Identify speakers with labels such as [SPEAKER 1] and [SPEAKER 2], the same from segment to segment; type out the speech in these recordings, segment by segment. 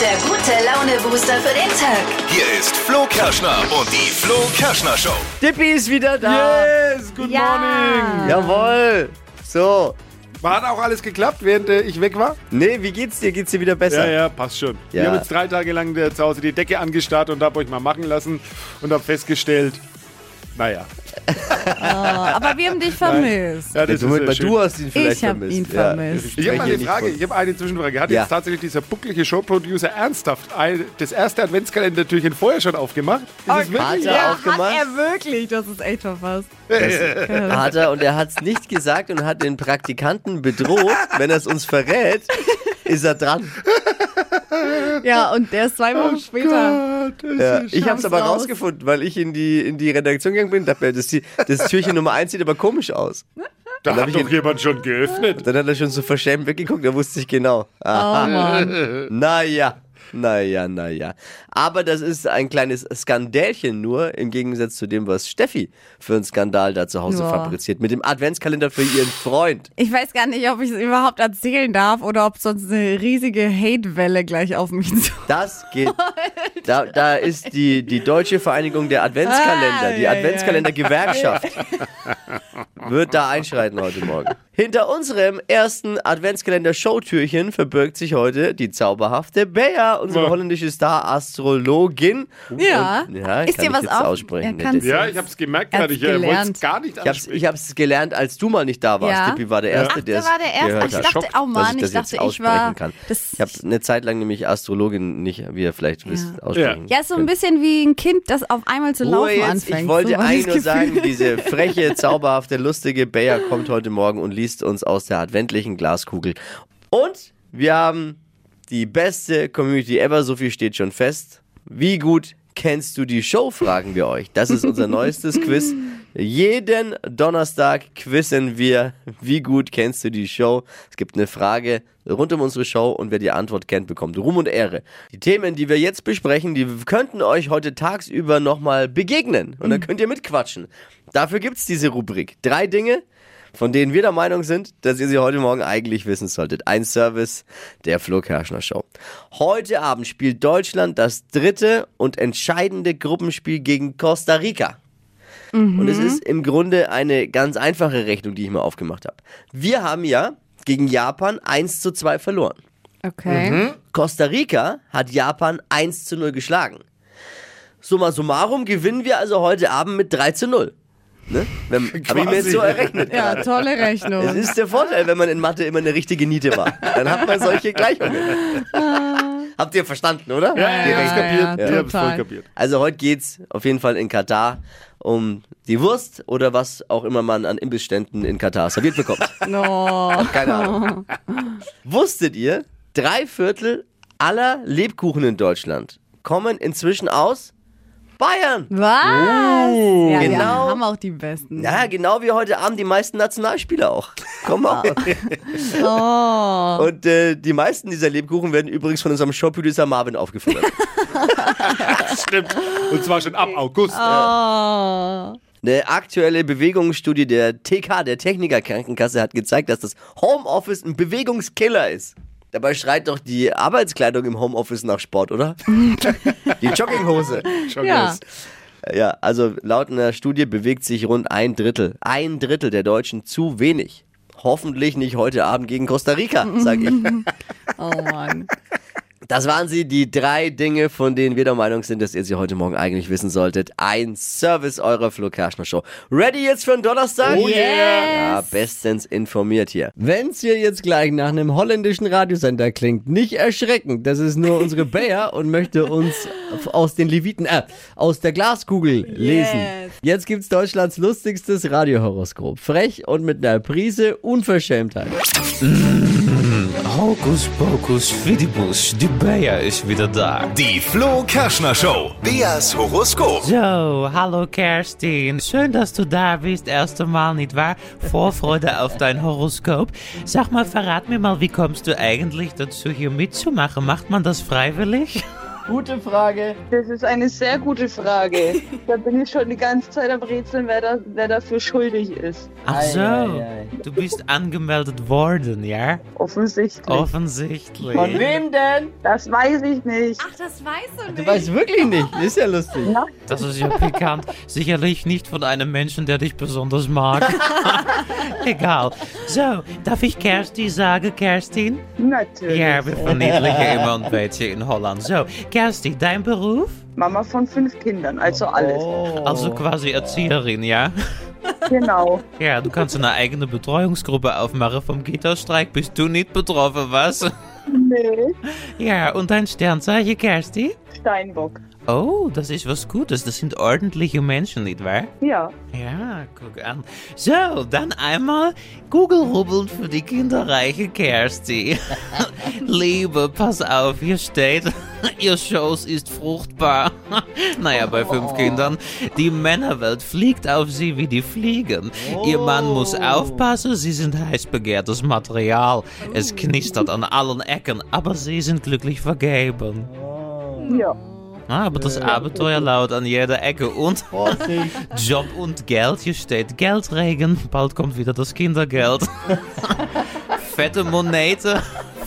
[SPEAKER 1] Der gute Laune-Booster für den Tag.
[SPEAKER 2] Hier ist Flo Kerschner und die Flo Kerschner Show.
[SPEAKER 3] Dippi ist wieder da.
[SPEAKER 4] Yes, good
[SPEAKER 5] Ja.
[SPEAKER 4] morning.
[SPEAKER 3] Jawohl. So.
[SPEAKER 4] Hat auch alles geklappt, während äh, ich weg war?
[SPEAKER 3] Nee, wie geht's dir? Geht's dir wieder
[SPEAKER 4] Ja,
[SPEAKER 3] besser?
[SPEAKER 4] ja, passt schon.
[SPEAKER 3] Ja.
[SPEAKER 4] Ich habe jetzt drei Tage lang äh, zu Hause die Decke angestarrt und habe euch mal machen lassen und habe festgestellt, naja.
[SPEAKER 3] Oh,
[SPEAKER 5] Aber wir haben dich vermisst.
[SPEAKER 4] Ja,
[SPEAKER 3] du,
[SPEAKER 4] äh, schön.
[SPEAKER 3] du hast ihn vielleicht
[SPEAKER 5] Ich hab
[SPEAKER 3] vermisst.
[SPEAKER 5] ihn
[SPEAKER 3] Ja.
[SPEAKER 5] vermisst.
[SPEAKER 4] Ich habe
[SPEAKER 3] spreche hier
[SPEAKER 4] mal eine
[SPEAKER 3] nicht
[SPEAKER 4] Frage,
[SPEAKER 3] von-
[SPEAKER 4] ich habe eine Zwischenfrage. Hat
[SPEAKER 3] Ja.
[SPEAKER 4] jetzt tatsächlich dieser bucklige Showproducer ernsthaft ein, das erste Adventskalender-Türchen vorher schon aufgemacht? Ist es
[SPEAKER 3] Hat
[SPEAKER 4] wirklich?
[SPEAKER 3] er
[SPEAKER 5] Ja,
[SPEAKER 3] aufgemacht?
[SPEAKER 5] hat er wirklich. Das ist echt verfasst.
[SPEAKER 3] Hat er und er hat's nicht gesagt und hat den Praktikanten bedroht. Wenn er es uns verrät, ist er dran.
[SPEAKER 5] Ja, und der ist zwei
[SPEAKER 3] Oh
[SPEAKER 5] Wochen später.
[SPEAKER 4] Gott, das
[SPEAKER 3] Ja.
[SPEAKER 4] ist-
[SPEAKER 3] Ich habe es aber
[SPEAKER 5] raus.
[SPEAKER 3] rausgefunden, weil ich in die, in die Redaktion gegangen bin und dachte mir, das, die- das Türchen Nummer eins sieht aber komisch aus.
[SPEAKER 4] Da
[SPEAKER 3] hab
[SPEAKER 4] hat
[SPEAKER 3] ich ihn-
[SPEAKER 4] doch jemand schon geöffnet.
[SPEAKER 3] Dann hat er schon so verschämt weggeguckt, da wusste ich genau.
[SPEAKER 5] Oh Mann.
[SPEAKER 3] Naja, naja, naja. Aber das ist ein kleines Skandälchen nur, im Gegensatz zu dem, was Steffi für einen Skandal da zu Hause
[SPEAKER 5] Ja.
[SPEAKER 3] fabriziert. Mit dem Adventskalender für ihren Freund.
[SPEAKER 5] Ich weiß gar nicht, ob ich es überhaupt erzählen darf oder ob sonst eine riesige Hate-Welle gleich auf mich zu.
[SPEAKER 3] Das geht. Da, da ist die, die Deutsche Vereinigung der Adventskalender,
[SPEAKER 5] Ah,
[SPEAKER 3] die
[SPEAKER 5] ja, ja.
[SPEAKER 3] Adventskalender-Gewerkschaft, wird da einschreiten heute Morgen. Hinter unserem ersten Adventskalender-Showtürchen verbirgt sich heute die zauberhafte Bea, unsere
[SPEAKER 4] Ja.
[SPEAKER 3] holländische Star-Astrologin.
[SPEAKER 5] Ja.
[SPEAKER 3] Und- ja,
[SPEAKER 5] ist
[SPEAKER 3] kann
[SPEAKER 5] dir
[SPEAKER 3] ich
[SPEAKER 5] was
[SPEAKER 3] jetzt
[SPEAKER 5] auf?
[SPEAKER 3] aussprechen,
[SPEAKER 5] kannst
[SPEAKER 3] Nette.
[SPEAKER 5] du-
[SPEAKER 4] Ja, ich habe es gemerkt
[SPEAKER 5] Er
[SPEAKER 4] gerade.
[SPEAKER 5] hat's
[SPEAKER 4] Ich äh, wollte es
[SPEAKER 5] gelernt.
[SPEAKER 4] gar nicht
[SPEAKER 3] Ich hab's,
[SPEAKER 4] ansprechen.
[SPEAKER 3] ich hab's gelernt, als du mal nicht da warst.
[SPEAKER 5] Ja.
[SPEAKER 3] Dippi war der Erste,
[SPEAKER 5] Ach,
[SPEAKER 3] der
[SPEAKER 5] der
[SPEAKER 3] es
[SPEAKER 5] war der Erste.
[SPEAKER 3] gehört
[SPEAKER 5] Ich
[SPEAKER 3] hat.
[SPEAKER 5] dachte, oh
[SPEAKER 3] dass
[SPEAKER 5] Mann,
[SPEAKER 3] ich das
[SPEAKER 5] ich
[SPEAKER 3] jetzt
[SPEAKER 5] dachte, ich
[SPEAKER 3] aussprechen
[SPEAKER 5] war-
[SPEAKER 3] kann.
[SPEAKER 5] das-
[SPEAKER 3] Ich habe eine Zeit lang nämlich Astrologin nicht, wie ihr vielleicht wisst, aussprechen. Genau.
[SPEAKER 5] Ja, ist so ein bisschen wie ein Kind, das auf einmal zu
[SPEAKER 3] Ruhe
[SPEAKER 5] laufen
[SPEAKER 3] jetzt,
[SPEAKER 5] anfängt.
[SPEAKER 3] ich wollte
[SPEAKER 5] so war das
[SPEAKER 3] eigentlich nur
[SPEAKER 5] Gefühl.
[SPEAKER 3] sagen, diese freche, zauberhafte, lustige Bayer kommt heute Morgen und liest uns aus der adventlichen Glaskugel. Und wir haben die beste Community ever, so viel steht schon fest. Wie gut kennst du die Show, fragen wir euch. Das ist unser neuestes Quiz. Jeden Donnerstag quizzen wir, wie gut kennst du die Show? Es gibt eine Frage rund um unsere Show und wer die Antwort kennt, bekommt Ruhm und Ehre. Die Themen, die wir jetzt besprechen, die könnten euch heute tagsüber nochmal begegnen und dann könnt ihr mitquatschen. Dafür gibt es diese Rubrik. Drei Dinge, von denen wir der Meinung sind, dass ihr sie heute Morgen eigentlich wissen solltet. Ein Service der Flo Kerschner Show. Heute Abend spielt Deutschland das dritte und entscheidende Gruppenspiel gegen Costa Rica. Und es ist im Grunde eine ganz einfache Rechnung, die ich mir aufgemacht habe. Wir haben ja gegen Japan 1 zu 2 verloren.
[SPEAKER 5] Okay.
[SPEAKER 3] Mhm. Costa Rica hat Japan 1 zu 0 geschlagen. Summa summarum gewinnen wir also heute Abend mit 3 zu 0. Ne? Wenn, hab ich mir jetzt so
[SPEAKER 4] Quasi.
[SPEAKER 3] errechnet.
[SPEAKER 5] Ja, tolle
[SPEAKER 3] Das
[SPEAKER 5] Rechnung.
[SPEAKER 3] ist der Vorteil, wenn man in Mathe immer eine richtige Niete war. Dann hat man solche Gleichungen. Habt ihr verstanden, oder?
[SPEAKER 4] Ah. ja, ja,
[SPEAKER 5] ja,
[SPEAKER 4] ich kapiert.
[SPEAKER 5] ja,
[SPEAKER 4] Die haben's voll
[SPEAKER 5] total.
[SPEAKER 4] kapiert.
[SPEAKER 3] Also heute geht's auf jeden Fall in Katar um die Wurst oder was auch immer man an Imbissständen in Katar serviert bekommt.
[SPEAKER 5] No.
[SPEAKER 3] Keine Ahnung. Wusstet ihr, drei Viertel aller Lebkuchen in Deutschland kommen inzwischen aus Bayern?
[SPEAKER 5] Was? ja, wir
[SPEAKER 3] Genau.
[SPEAKER 5] haben auch die besten.
[SPEAKER 3] Ja, genau wie heute Abend die meisten Nationalspieler auch. Komm auch. Und äh, die meisten dieser Lebkuchen werden übrigens von unserem Shop-Producer Marvin aufgefordert.
[SPEAKER 4] Stimmt. Und zwar schon ab August.
[SPEAKER 5] Oh.
[SPEAKER 3] Eine aktuelle Bewegungsstudie der TK, der Techniker Krankenkasse, hat gezeigt, dass das Homeoffice ein Bewegungskiller ist. Dabei schreit doch die Arbeitskleidung im Homeoffice nach Sport, oder? die Jogginghose.
[SPEAKER 4] Schon
[SPEAKER 5] Ja.
[SPEAKER 4] los.
[SPEAKER 3] Ja, also laut einer Studie bewegt sich rund ein Drittel, ein Drittel der Deutschen zu wenig. Hoffentlich nicht heute Abend gegen Costa Rica, sage ich.
[SPEAKER 5] oh Mann.
[SPEAKER 3] Das waren sie, die drei Dinge, von denen wir der Meinung sind, dass ihr sie heute Morgen eigentlich wissen solltet. Ein Service eurer Flo Kerschner Show. Ready jetzt für einen Donnerstag?
[SPEAKER 4] Oh yeah.
[SPEAKER 3] Ja, bestens informiert hier. Wenn's hier jetzt gleich nach einem holländischen Radiosender klingt, nicht erschrecken. Das ist nur unsere Bayer und möchte uns aus den Leviten, äh, aus der Glaskugel lesen. Jetzt gibt's Deutschlands lustigstes Radiohoroskop. Frech und mit einer Prise Unverschämtheit.
[SPEAKER 6] Hocus pocus fidibus, die Bea ist wieder da.
[SPEAKER 2] Die Flo Kerschner Show. Beas Horoskop.
[SPEAKER 6] Zo, hallo Kerstin. Schön, dass du da bist. Erste Mal, nicht wahr? Vorfreude auf dein Horoskop. Sag mal, verrat mir mal, wie kommst du eigentlich dazu, hier mitzumachen? Macht man das freiwillig?
[SPEAKER 3] Gute Frage.
[SPEAKER 7] Das ist eine sehr gute Frage. da bin ich schon die ganze Zeit am Rätseln, wer, da, wer dafür schuldig ist.
[SPEAKER 6] Ach so,
[SPEAKER 3] Ei, ei,
[SPEAKER 6] du bist angemeldet worden, ja?
[SPEAKER 7] Offensichtlich.
[SPEAKER 6] Offensichtlich.
[SPEAKER 3] Von wem denn?
[SPEAKER 7] Das weiß ich nicht.
[SPEAKER 5] Ach, das weißt du nicht.
[SPEAKER 3] Du weißt wirklich nicht. Das ist ja lustig.
[SPEAKER 6] Das ist ja pikant. Sicherlich nicht von einem Menschen, der dich besonders mag. Egal. So, darf ich Kersti sagen, Kerstin?
[SPEAKER 7] Natürlich.
[SPEAKER 6] Ja, wir verniedlichen immer ein beetje in Holland. So, Kersti, dein Beruf?
[SPEAKER 7] Mama von fünf Kindern, also alles.
[SPEAKER 6] Also quasi Erzieherin, ja?
[SPEAKER 7] Genau.
[SPEAKER 6] Ja, du kannst eine eigene Betreuungsgruppe aufmachen vom Kita-Streik. Bist du nicht betroffen, was?
[SPEAKER 7] Nee.
[SPEAKER 6] Ja, und dein Sternzeichen, Kersti?
[SPEAKER 7] Steinbock.
[SPEAKER 6] Oh, das ist was Gutes. Das sind ordentliche Menschen, nicht wahr?
[SPEAKER 7] Ja.
[SPEAKER 6] Ja, guck an. So, dann einmal Google-Rubbeln für die kinderreiche Kersti. Liebe, pass auf, hier steht, ihr Schoß ist fruchtbar. naja, bei fünf Kindern. Die Männerwelt fliegt auf sie wie die Fliegen. Ihr Mann muss aufpassen, sie sind heiß begehrtes Material. Es knistert an allen Ecken, aber sie sind glücklich vergeben.
[SPEAKER 7] Ja.
[SPEAKER 6] Ah, aber das
[SPEAKER 3] Eh,
[SPEAKER 6] Abenteuer lauert an jeder Ecke und...
[SPEAKER 3] Vorsicht.
[SPEAKER 6] Job und Geld. Hier steht Geldregen. Bald kommt wieder das Kindergeld. Fette Monete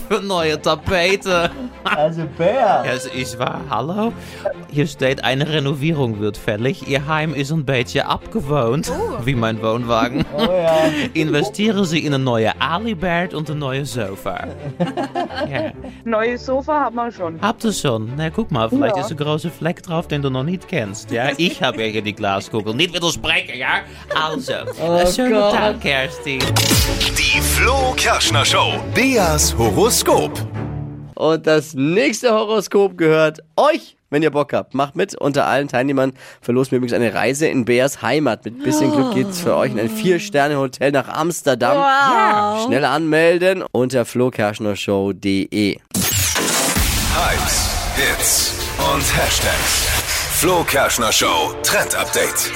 [SPEAKER 6] für neue Tapeten.
[SPEAKER 3] Also Bär.
[SPEAKER 6] Ja, es ist wahr. Hallo? Hier steht, eine Renovierung wird fällig. Ihr Heim ist ein beetje abgewohnt. Wie mein Wohnwagen.
[SPEAKER 3] Oh ja.
[SPEAKER 6] Investieren Sie in een neue Alibert und een neue Sofa. ja.
[SPEAKER 7] Neues Sofa haben wir schon.
[SPEAKER 6] Habt ihr schon? Na, guck mal, vielleicht
[SPEAKER 7] Ja.
[SPEAKER 6] ist ein großer Fleck drauf, den du noch nicht kennst. Ja, ich habe ja hier die Glaskugel. Nicht widersprechen, ja? Also, oh schönen
[SPEAKER 3] Gott.
[SPEAKER 6] Tag, Kerstin.
[SPEAKER 2] Die Flo Kerschner Show. Beas Horoskop.
[SPEAKER 3] Und das nächste Horoskop gehört euch, wenn ihr Bock habt. Macht mit. Unter allen Teilnehmern verlosen wir übrigens eine Reise in Beas Heimat. Mit bisschen Glück geht's für euch in ein Vier-Sterne-Hotel nach Amsterdam.
[SPEAKER 5] Wow.
[SPEAKER 3] Schnell anmelden unter flokerschnershow.de.
[SPEAKER 2] Hypes, Hits und Hashtags. Flo Kerschner Show Trend Update.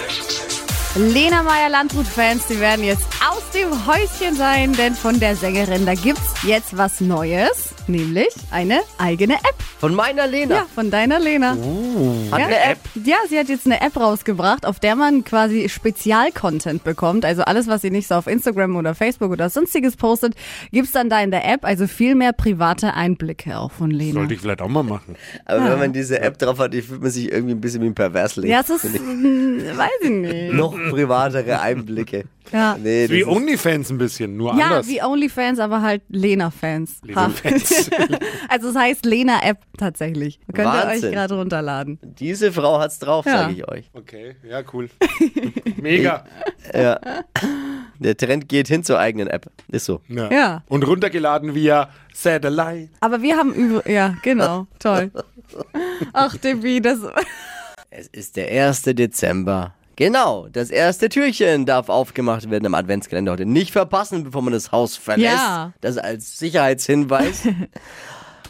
[SPEAKER 5] Lena Meyer Landrut-Fans, die werden jetzt aus dem Häuschen sein, denn von der Sängerin, da gibt's jetzt was Neues, nämlich eine eigene App.
[SPEAKER 3] Von meiner Lena.
[SPEAKER 5] Ja, von deiner Lena.
[SPEAKER 3] Hat
[SPEAKER 5] Ja.
[SPEAKER 3] Oh. eine App.
[SPEAKER 5] Ja, sie hat jetzt eine App rausgebracht, auf der man quasi Spezialcontent bekommt. Also alles, was sie nicht so auf Instagram oder Facebook oder sonstiges postet, gibt's dann da in der App. Also viel mehr private Einblicke auch von Lena.
[SPEAKER 4] Sollte ich vielleicht auch mal machen.
[SPEAKER 3] Aber wenn man diese App drauf hat, ich fühlt man sich irgendwie ein bisschen wie ein Perversling.
[SPEAKER 5] ja, es ist, mm, weiß ich nicht.
[SPEAKER 3] Noch privatere Einblicke.
[SPEAKER 5] Ja.
[SPEAKER 3] Nee,
[SPEAKER 4] Ist Wie
[SPEAKER 3] das ist-
[SPEAKER 4] Onlyfans ein bisschen, nur
[SPEAKER 5] Ja,
[SPEAKER 4] anders.
[SPEAKER 5] wie OnlyFans, aber halt Lena-Fans. Ha.
[SPEAKER 4] Lena-Fans.
[SPEAKER 5] also es heißt Lena-App tatsächlich. Könnt ihr
[SPEAKER 3] Wahnsinn.
[SPEAKER 5] euch gerade runterladen.
[SPEAKER 3] diese Frau hat's drauf,
[SPEAKER 5] Ja.
[SPEAKER 3] sage ich euch.
[SPEAKER 4] Okay, ja, cool. Mega.
[SPEAKER 3] Der Trend geht hin zur eigenen App. Ist so.
[SPEAKER 5] Ja.
[SPEAKER 4] Und runtergeladen via Satellite.
[SPEAKER 5] Aber wir haben über... Ja, genau. Toll. Ach, Debbie, das...
[SPEAKER 3] Es ist der 1. Dezember. Genau, das erste Türchen darf aufgemacht werden im Adventskalender heute. Nicht verpassen, bevor man das Haus verlässt.
[SPEAKER 5] Ja.
[SPEAKER 3] Das als Sicherheitshinweis.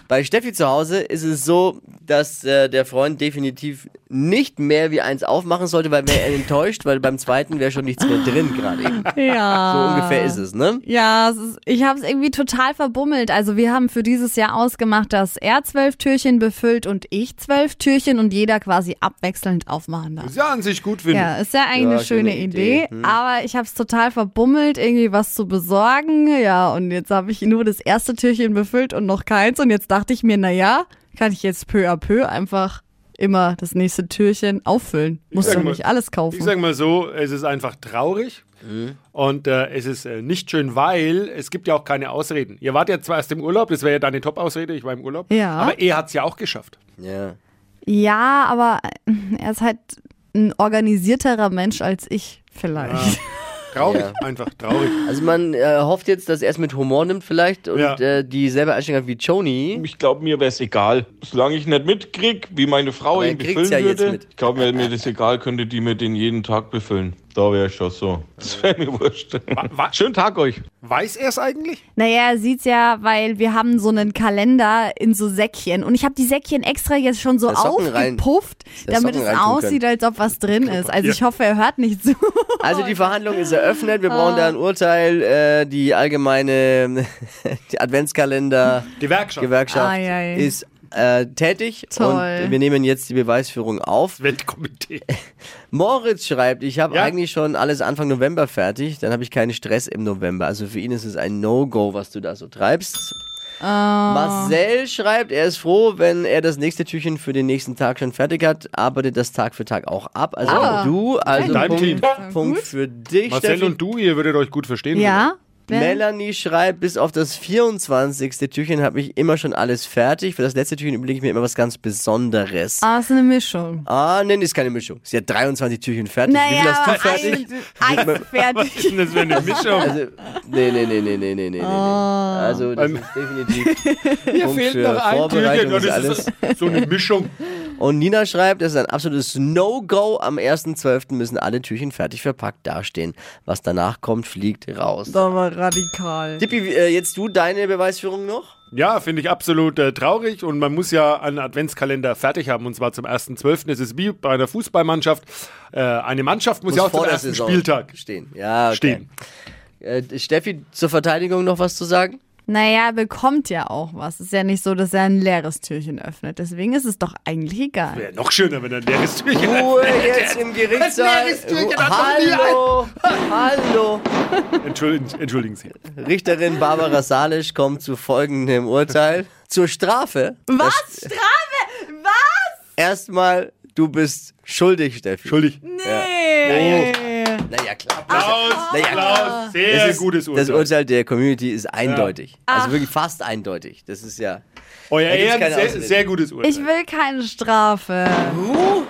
[SPEAKER 3] Bei Steffi zu Hause ist es so, dass äh, der Freund definitiv nicht mehr wie eins aufmachen sollte, weil wäre er enttäuscht, weil beim zweiten wäre schon nichts mehr drin gerade eben.
[SPEAKER 5] Ja.
[SPEAKER 3] So ungefähr ist es, ne?
[SPEAKER 5] Ja, es ist, ich habe es irgendwie total verbummelt. Also wir haben für dieses Jahr ausgemacht, dass er zwölf Türchen befüllt und ich zwölf Türchen und jeder quasi abwechselnd aufmachen darf.
[SPEAKER 4] Ist ja an sich gut, finde
[SPEAKER 5] Ja, ist ja eigentlich
[SPEAKER 3] Ja,
[SPEAKER 5] eine schöne,
[SPEAKER 3] schöne
[SPEAKER 5] Idee,
[SPEAKER 3] Idee.
[SPEAKER 4] Mhm.
[SPEAKER 5] aber ich habe es total verbummelt, irgendwie was zu besorgen. Ja, und jetzt habe ich nur das erste Türchen befüllt und noch keins. Und jetzt dachte ich mir, na ja, kann ich jetzt peu à peu einfach immer das nächste Türchen auffüllen. Muss
[SPEAKER 4] sag
[SPEAKER 5] doch
[SPEAKER 4] mal-
[SPEAKER 5] nicht alles kaufen.
[SPEAKER 4] Ich sag mal so, es ist einfach traurig. Und äh, es ist äh, nicht schön, weil es gibt ja auch keine Ausreden. Ihr wart ja zwar erst im Urlaub, das wäre ja deine Top-Ausrede, ich war im Urlaub.
[SPEAKER 5] Ja.
[SPEAKER 4] Aber er hat es ja auch geschafft.
[SPEAKER 3] Ja.
[SPEAKER 5] Ja, aber er ist halt ein organisierterer Mensch als ich
[SPEAKER 4] Ah,
[SPEAKER 5] vielleicht.
[SPEAKER 4] Traurig,
[SPEAKER 3] Ja.
[SPEAKER 4] einfach traurig.
[SPEAKER 3] Also man äh, hofft jetzt, dass er es mit Humor nimmt vielleicht und
[SPEAKER 4] Ja.
[SPEAKER 3] äh, dieselbe Einstellung hat wie Joni.
[SPEAKER 8] Ich glaube, mir wäre es egal. Solange ich nicht mitkrieg, wie meine Frau
[SPEAKER 3] Aber er
[SPEAKER 8] ihn
[SPEAKER 3] kriegt's
[SPEAKER 8] befüllen
[SPEAKER 3] ja jetzt
[SPEAKER 8] würde.
[SPEAKER 3] mit.
[SPEAKER 8] Ich glaube, mir mir das egal, könnte die mir den jeden Tag befüllen. Da wäre ich schon so. Das wäre mir wurscht.
[SPEAKER 4] wa-
[SPEAKER 8] Schönen Tag euch.
[SPEAKER 4] Weiß er es eigentlich?
[SPEAKER 5] Naja, er sieht's ja, weil wir haben so einen Kalender in so Säckchen und ich habe die Säckchen extra jetzt schon so
[SPEAKER 3] Da Socken rein.
[SPEAKER 5] aufgepufft,
[SPEAKER 3] Da
[SPEAKER 5] damit
[SPEAKER 3] Socken
[SPEAKER 5] es
[SPEAKER 3] reintun
[SPEAKER 5] aussieht, als ob was drin ist. Also ich hoffe, er hört nicht zu.
[SPEAKER 3] Also die Verhandlung ist eröffnet, wir brauchen
[SPEAKER 5] Ah.
[SPEAKER 3] da ein Urteil, äh, die allgemeine die Adventskalender
[SPEAKER 4] Die Werkstatt.
[SPEAKER 3] Gewerkschaft
[SPEAKER 5] Ei, ei.
[SPEAKER 3] ist äh, tätig
[SPEAKER 5] Toll.
[SPEAKER 3] und wir nehmen jetzt die Beweisführung auf.
[SPEAKER 4] Wettkomitee.
[SPEAKER 3] Moritz schreibt, ich habe
[SPEAKER 4] Ja.
[SPEAKER 3] eigentlich schon alles Anfang November fertig, dann habe ich keinen Stress im November. Also für ihn ist es ein No-Go, was du da so treibst.
[SPEAKER 5] Ah.
[SPEAKER 3] Marcel schreibt, er ist froh, wenn er das nächste Türchen für den nächsten Tag schon fertig hat, arbeitet das Tag für Tag auch ab. Also
[SPEAKER 5] Ah.
[SPEAKER 3] du, also
[SPEAKER 4] Dein
[SPEAKER 3] Punkt,
[SPEAKER 4] Team.
[SPEAKER 3] Punkt
[SPEAKER 5] Gut.
[SPEAKER 3] für dich,
[SPEAKER 4] Marcel
[SPEAKER 3] Steffi.
[SPEAKER 4] und du, ihr würdet euch gut verstehen.
[SPEAKER 5] Ja? Wer-
[SPEAKER 3] Melanie schreibt, bis auf das 24. Türchen habe ich immer schon alles fertig. Für das letzte Türchen überlege ich mir immer was ganz Besonderes.
[SPEAKER 5] Ah, ist eine Mischung.
[SPEAKER 3] Ah, nein, ist keine Mischung. Sie hat 23 Türchen fertig. Wie viel
[SPEAKER 5] Naja,
[SPEAKER 3] hast du
[SPEAKER 5] aber
[SPEAKER 3] fertig?
[SPEAKER 5] ein, eins
[SPEAKER 4] Was ist
[SPEAKER 5] fertig.
[SPEAKER 4] denn das für eine Mischung?
[SPEAKER 3] Also, nee, nee, nee, nee, nee, nee, nee, nee.
[SPEAKER 5] Ah.
[SPEAKER 3] Also, das
[SPEAKER 4] Ähm,
[SPEAKER 3] ist definitiv.
[SPEAKER 4] Hier
[SPEAKER 3] Punkt für Vorbereitung
[SPEAKER 4] Türchen,
[SPEAKER 3] ist
[SPEAKER 4] das ist so eine Mischung.
[SPEAKER 3] Und Nina schreibt, das ist ein absolutes No-Go. Am 1.12. müssen alle Türchen fertig verpackt dastehen. Was danach kommt, fliegt raus.
[SPEAKER 5] Das war radikal.
[SPEAKER 3] Tippi, äh, jetzt du deine Beweisführung noch?
[SPEAKER 4] Ja, finde ich absolut äh, traurig und man muss ja einen Adventskalender fertig haben und zwar zum 1.12. Es ist wie bei einer Fußballmannschaft. Äh, eine Mannschaft muss, ja auch zum ersten Spieltag
[SPEAKER 3] stehen. Ja, okay.
[SPEAKER 4] stehen.
[SPEAKER 3] Äh, Steffi, zur Verteidigung noch was zu sagen?
[SPEAKER 5] Naja, er bekommt ja auch was. Ist ja nicht so, dass er ein leeres Türchen öffnet. Deswegen ist es doch eigentlich egal.
[SPEAKER 4] Wäre noch schöner, wenn er ein leeres Türchen
[SPEAKER 3] Ruhe
[SPEAKER 4] äh,
[SPEAKER 3] jetzt im Gerichtssaal.
[SPEAKER 4] leeres Türchen hat doch nie
[SPEAKER 3] Hallo, hallo.
[SPEAKER 4] Entschuldigen, entschuldigen Sie.
[SPEAKER 3] Richterin Barbara Salisch kommt zu folgendem Urteil. Zur Strafe.
[SPEAKER 5] Was? Strafe? Was?
[SPEAKER 3] Erstmal, du bist schuldig, Steffi.
[SPEAKER 4] Entschuldig.
[SPEAKER 5] Nee. Ah.
[SPEAKER 3] Naja, klar.
[SPEAKER 4] Applaus,
[SPEAKER 3] Na ja,
[SPEAKER 4] Applaus, sehr gutes Urteil.
[SPEAKER 3] Das Urteil der Community ist eindeutig. Also wirklich fast eindeutig. Das ist ja.
[SPEAKER 4] Euer
[SPEAKER 3] Da gibt's
[SPEAKER 4] Ehren,
[SPEAKER 3] keine
[SPEAKER 4] sehr,
[SPEAKER 3] Ausrede.
[SPEAKER 4] sehr gutes
[SPEAKER 5] Ich
[SPEAKER 4] Urteil.
[SPEAKER 5] will keine Strafe.
[SPEAKER 3] Ruhe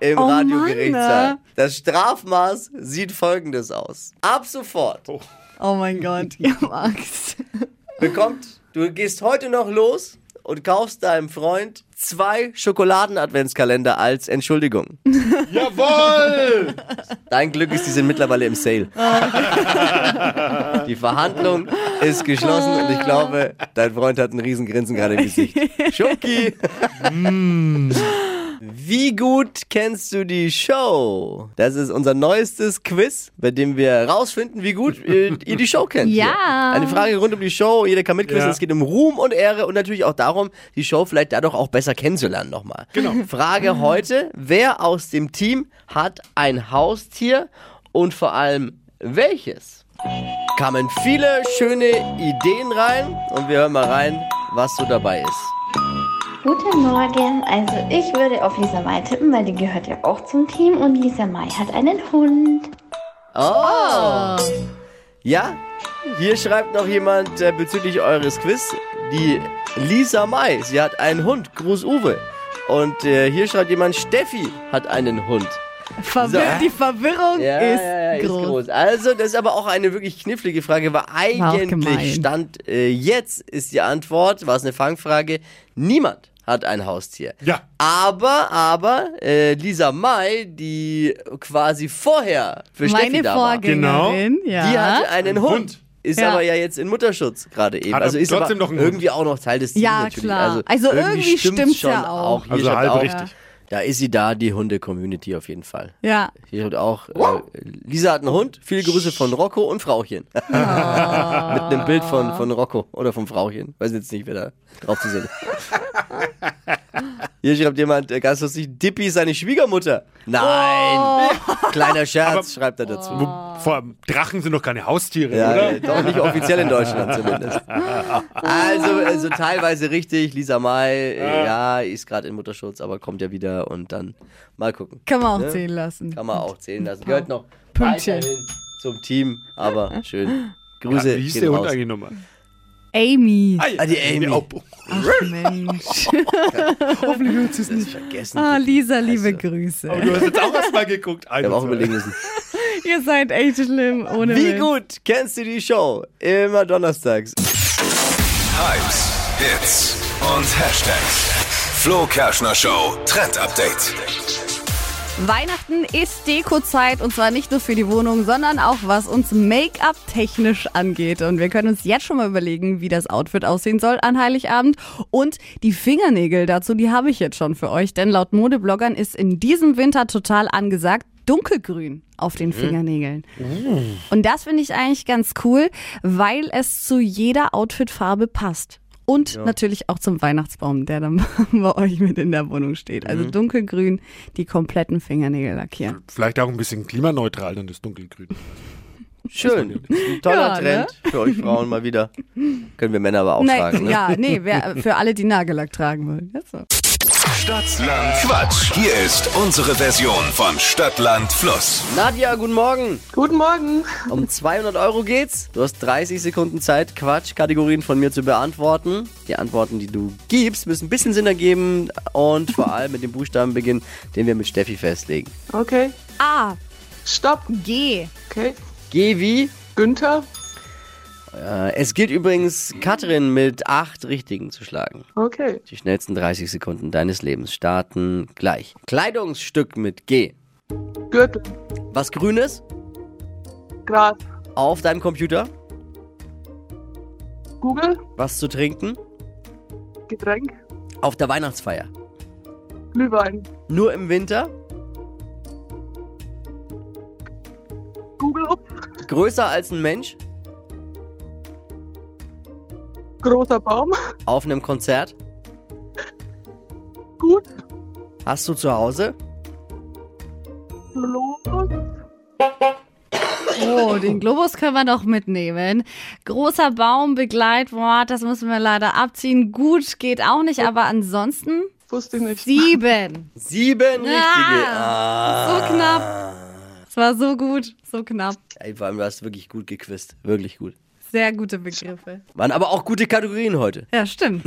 [SPEAKER 3] Äh, im
[SPEAKER 5] Oh Mann,
[SPEAKER 3] Radiogerichtssaal.
[SPEAKER 5] ne?
[SPEAKER 3] Das Strafmaß sieht folgendes aus. Ab sofort
[SPEAKER 5] Oh mein Gott, ihr habt Angst.
[SPEAKER 3] bekommt, du gehst heute noch los und kaufst deinem Freund zwei Schokoladen-Adventskalender als Entschuldigung.
[SPEAKER 4] Jawohl!
[SPEAKER 3] Dein Glück ist, die sind mittlerweile im Sale. Die Verhandlung ist geschlossen und ich glaube, dein Freund hat einen riesen Grinsen gerade im Gesicht. Schoki! Wie gut kennst du die Show? Das ist unser neuestes Quiz, bei dem wir herausfinden, wie gut äh, ihr die Show kennt.
[SPEAKER 5] Ja.
[SPEAKER 3] Hier. Eine Frage rund um die Show. Jeder kann mitquissen.
[SPEAKER 4] Ja.
[SPEAKER 3] Es geht um Ruhm und Ehre und natürlich auch darum, die Show vielleicht dadurch auch besser kennenzulernen nochmal. Genau. Frage heute: Wer aus dem Team hat ein Haustier und vor allem welches? Kamen viele schöne Ideen rein und wir hören mal rein, was so dabei ist.
[SPEAKER 9] Guten Morgen, also ich würde auf Lisa Mai tippen, weil die gehört ja auch zum Team und Lisa Mai hat einen Hund.
[SPEAKER 3] Oh. Ja, hier schreibt noch jemand äh, bezüglich eures Quiz, die Lisa Mai, sie hat einen Hund, Gruß Uwe. Und äh, hier schreibt jemand, Steffi hat einen Hund.
[SPEAKER 5] Verwir
[SPEAKER 3] So.
[SPEAKER 5] Die Verwirrung ist, groß.
[SPEAKER 3] Also, das ist aber auch eine wirklich knifflige Frage, weil
[SPEAKER 5] auch gemein.
[SPEAKER 3] eigentlich stand äh, jetzt ist die Antwort, war es eine Fangfrage, niemand hat ein Haustier.
[SPEAKER 4] Ja.
[SPEAKER 3] Aber, aber, äh, Lisa Mai, die quasi vorher für Steffi
[SPEAKER 5] Meine
[SPEAKER 3] da war,
[SPEAKER 5] Vorgängerin, ja.
[SPEAKER 3] die hatte einen Hund.
[SPEAKER 4] Hund.
[SPEAKER 3] Ist
[SPEAKER 5] Ja.
[SPEAKER 3] aber ja jetzt in Mutterschutz gerade eben.
[SPEAKER 4] Hat er
[SPEAKER 3] Also ist
[SPEAKER 4] trotzdem
[SPEAKER 3] aber
[SPEAKER 4] noch einen Hund?
[SPEAKER 3] irgendwie auch noch Teil des Teams
[SPEAKER 5] Ja,
[SPEAKER 3] natürlich.
[SPEAKER 5] klar. Also irgendwie
[SPEAKER 3] stimmt's
[SPEAKER 5] stimmt's
[SPEAKER 3] schon
[SPEAKER 5] ja auch.
[SPEAKER 3] Hier
[SPEAKER 4] Also
[SPEAKER 3] schreibt
[SPEAKER 4] halb
[SPEAKER 3] auch,
[SPEAKER 4] richtig.
[SPEAKER 3] Da ist sie da, die Hunde-Community auf jeden Fall.
[SPEAKER 5] ja.
[SPEAKER 3] Hier schreibt auch, äh, Lisa hat einen Hund, viele Grüße von Rocco und Frauchen.
[SPEAKER 5] Ah.
[SPEAKER 3] Mit einem Bild von, von Rocco oder von Frauchen. Weiß jetzt nicht, wer da drauf zu sehen ist. Hier schreibt jemand, äh, ganz lustig, Dippy ist seine Schwiegermutter. Nein!
[SPEAKER 5] Oh.
[SPEAKER 3] Kleiner Scherz, schreibt er dazu.
[SPEAKER 4] Wo- Vor allem, Drachen sind doch keine Haustiere,
[SPEAKER 3] Ja,
[SPEAKER 4] oder?
[SPEAKER 3] äh, doch nicht offiziell in Deutschland zumindest. Also, also teilweise richtig. Lisa May, äh, ja, ist gerade in Mutterschutz, aber kommt ja wieder und dann mal gucken.
[SPEAKER 5] Kann man auch
[SPEAKER 3] Ne?
[SPEAKER 5] zählen lassen.
[SPEAKER 3] Kann man auch zählen lassen. Gehört noch
[SPEAKER 5] Pünktchen.
[SPEAKER 3] weiterhin zum Team, aber schön.
[SPEAKER 4] Ja,
[SPEAKER 3] Grüße.
[SPEAKER 4] Ah, wie hieß
[SPEAKER 3] gehen
[SPEAKER 4] der Hund
[SPEAKER 3] raus.
[SPEAKER 4] eigentlich nochmal?
[SPEAKER 5] Amy.
[SPEAKER 3] Ah, die Amy.
[SPEAKER 4] Oh,
[SPEAKER 5] Ach, Mensch.
[SPEAKER 4] hoffentlich hört sie es
[SPEAKER 3] Das
[SPEAKER 4] nicht.
[SPEAKER 3] vergessen.
[SPEAKER 5] Ah, Lisa, liebe
[SPEAKER 3] Scheiße.
[SPEAKER 4] Aber
[SPEAKER 5] Grüße.
[SPEAKER 4] du hast jetzt auch erstmal geguckt.
[SPEAKER 3] Ich habe auch überlegen müssen.
[SPEAKER 5] Ihr seid echt schlimm, ohne
[SPEAKER 3] Wie
[SPEAKER 5] Witz.
[SPEAKER 3] gut kennst du die Show? Immer donnerstags.
[SPEAKER 2] Hypes, Hits und Hashtags. Flo Kerschner Show Trend Update.
[SPEAKER 5] Weihnachten ist Dekozeit und zwar nicht nur für die Wohnung, sondern auch was uns Make-up technisch angeht. Und wir können uns jetzt schon mal überlegen, wie das Outfit aussehen soll an Heiligabend. Und die Fingernägel dazu, die habe ich jetzt schon für euch, denn laut Modebloggern ist in diesem Winter total angesagt dunkelgrün auf den Fingernägeln. Und das finde ich eigentlich ganz cool, weil es zu jeder Outfitfarbe passt. und natürlich auch zum Weihnachtsbaum, der dann bei euch mit in der Wohnung steht. Also
[SPEAKER 3] Mhm.
[SPEAKER 5] dunkelgrün, die kompletten Fingernägel lackieren.
[SPEAKER 4] Vielleicht auch ein bisschen klimaneutral, dann das Dunkelgrün.
[SPEAKER 3] Schön. Ein toller
[SPEAKER 5] Ja, ne?
[SPEAKER 3] Trend für euch Frauen mal wieder. Können wir Männer aber auch tragen. Ne?
[SPEAKER 5] Ja, nee, wer, für alle, die Nagellack tragen wollen. Das so.
[SPEAKER 2] Stadtland Quatsch. Hier ist unsere Version von Stadtland Fluss.
[SPEAKER 3] Nadja, guten Morgen.
[SPEAKER 7] Guten Morgen.
[SPEAKER 3] Um 200 Euro geht's. Du hast 30 Sekunden Zeit, Quatschkategorien von mir zu beantworten. Die Antworten, die du gibst, müssen ein bisschen Sinn ergeben und vor allem mit dem Buchstaben beginnen, den wir mit Steffi festlegen.
[SPEAKER 7] Okay.
[SPEAKER 5] A,
[SPEAKER 7] Stopp.
[SPEAKER 5] G,
[SPEAKER 7] Okay.
[SPEAKER 3] G wie?
[SPEAKER 7] Günther.
[SPEAKER 3] Äh, es gilt übrigens, Katrin mit acht Richtigen zu schlagen.
[SPEAKER 7] Okay.
[SPEAKER 3] Die schnellsten 30 Sekunden deines Lebens starten gleich. Kleidungsstück mit G.
[SPEAKER 7] Gürtel.
[SPEAKER 3] Was Grünes
[SPEAKER 7] Gras.
[SPEAKER 3] auf deinem Computer.
[SPEAKER 7] Google.
[SPEAKER 3] Was zu trinken
[SPEAKER 7] Getränk.
[SPEAKER 3] auf der Weihnachtsfeier.
[SPEAKER 7] Glühwein.
[SPEAKER 3] Nur im Winter.
[SPEAKER 7] Google.
[SPEAKER 3] Größer als ein Mensch.
[SPEAKER 7] Großer Baum.
[SPEAKER 3] Auf einem Konzert.
[SPEAKER 7] Gut.
[SPEAKER 3] Hast du zu Hause?
[SPEAKER 7] Los.
[SPEAKER 5] Oh, den Globus können wir doch mitnehmen. Großer Baum, Begleitwort, das müssen wir leider abziehen. Gut, geht auch nicht, aber ansonsten
[SPEAKER 7] Wusste ich nicht.
[SPEAKER 5] sieben.
[SPEAKER 3] Sieben richtige.
[SPEAKER 5] Ah,
[SPEAKER 3] Ah.
[SPEAKER 5] So knapp. Es war so gut, so knapp.
[SPEAKER 3] Ey, vor allem, du hast wirklich gut gequist. Wirklich gut.
[SPEAKER 5] Sehr gute Begriffe.
[SPEAKER 3] Waren aber auch gute Kategorien heute.
[SPEAKER 5] Ja, stimmt.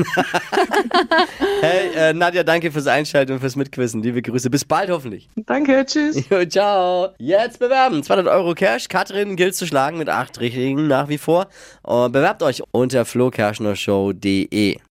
[SPEAKER 3] Hey, äh, Nadja, danke fürs Einschalten und fürs Mitquissen. Liebe Grüße. Bis bald hoffentlich.
[SPEAKER 7] Danke. Tschüss.
[SPEAKER 3] Jo, ciao. Jetzt bewerben. 200 Euro Cash. Katrin gilt zu schlagen mit acht Richtigen nach wie vor. Und bewerbt euch unter flokerschnershow.de.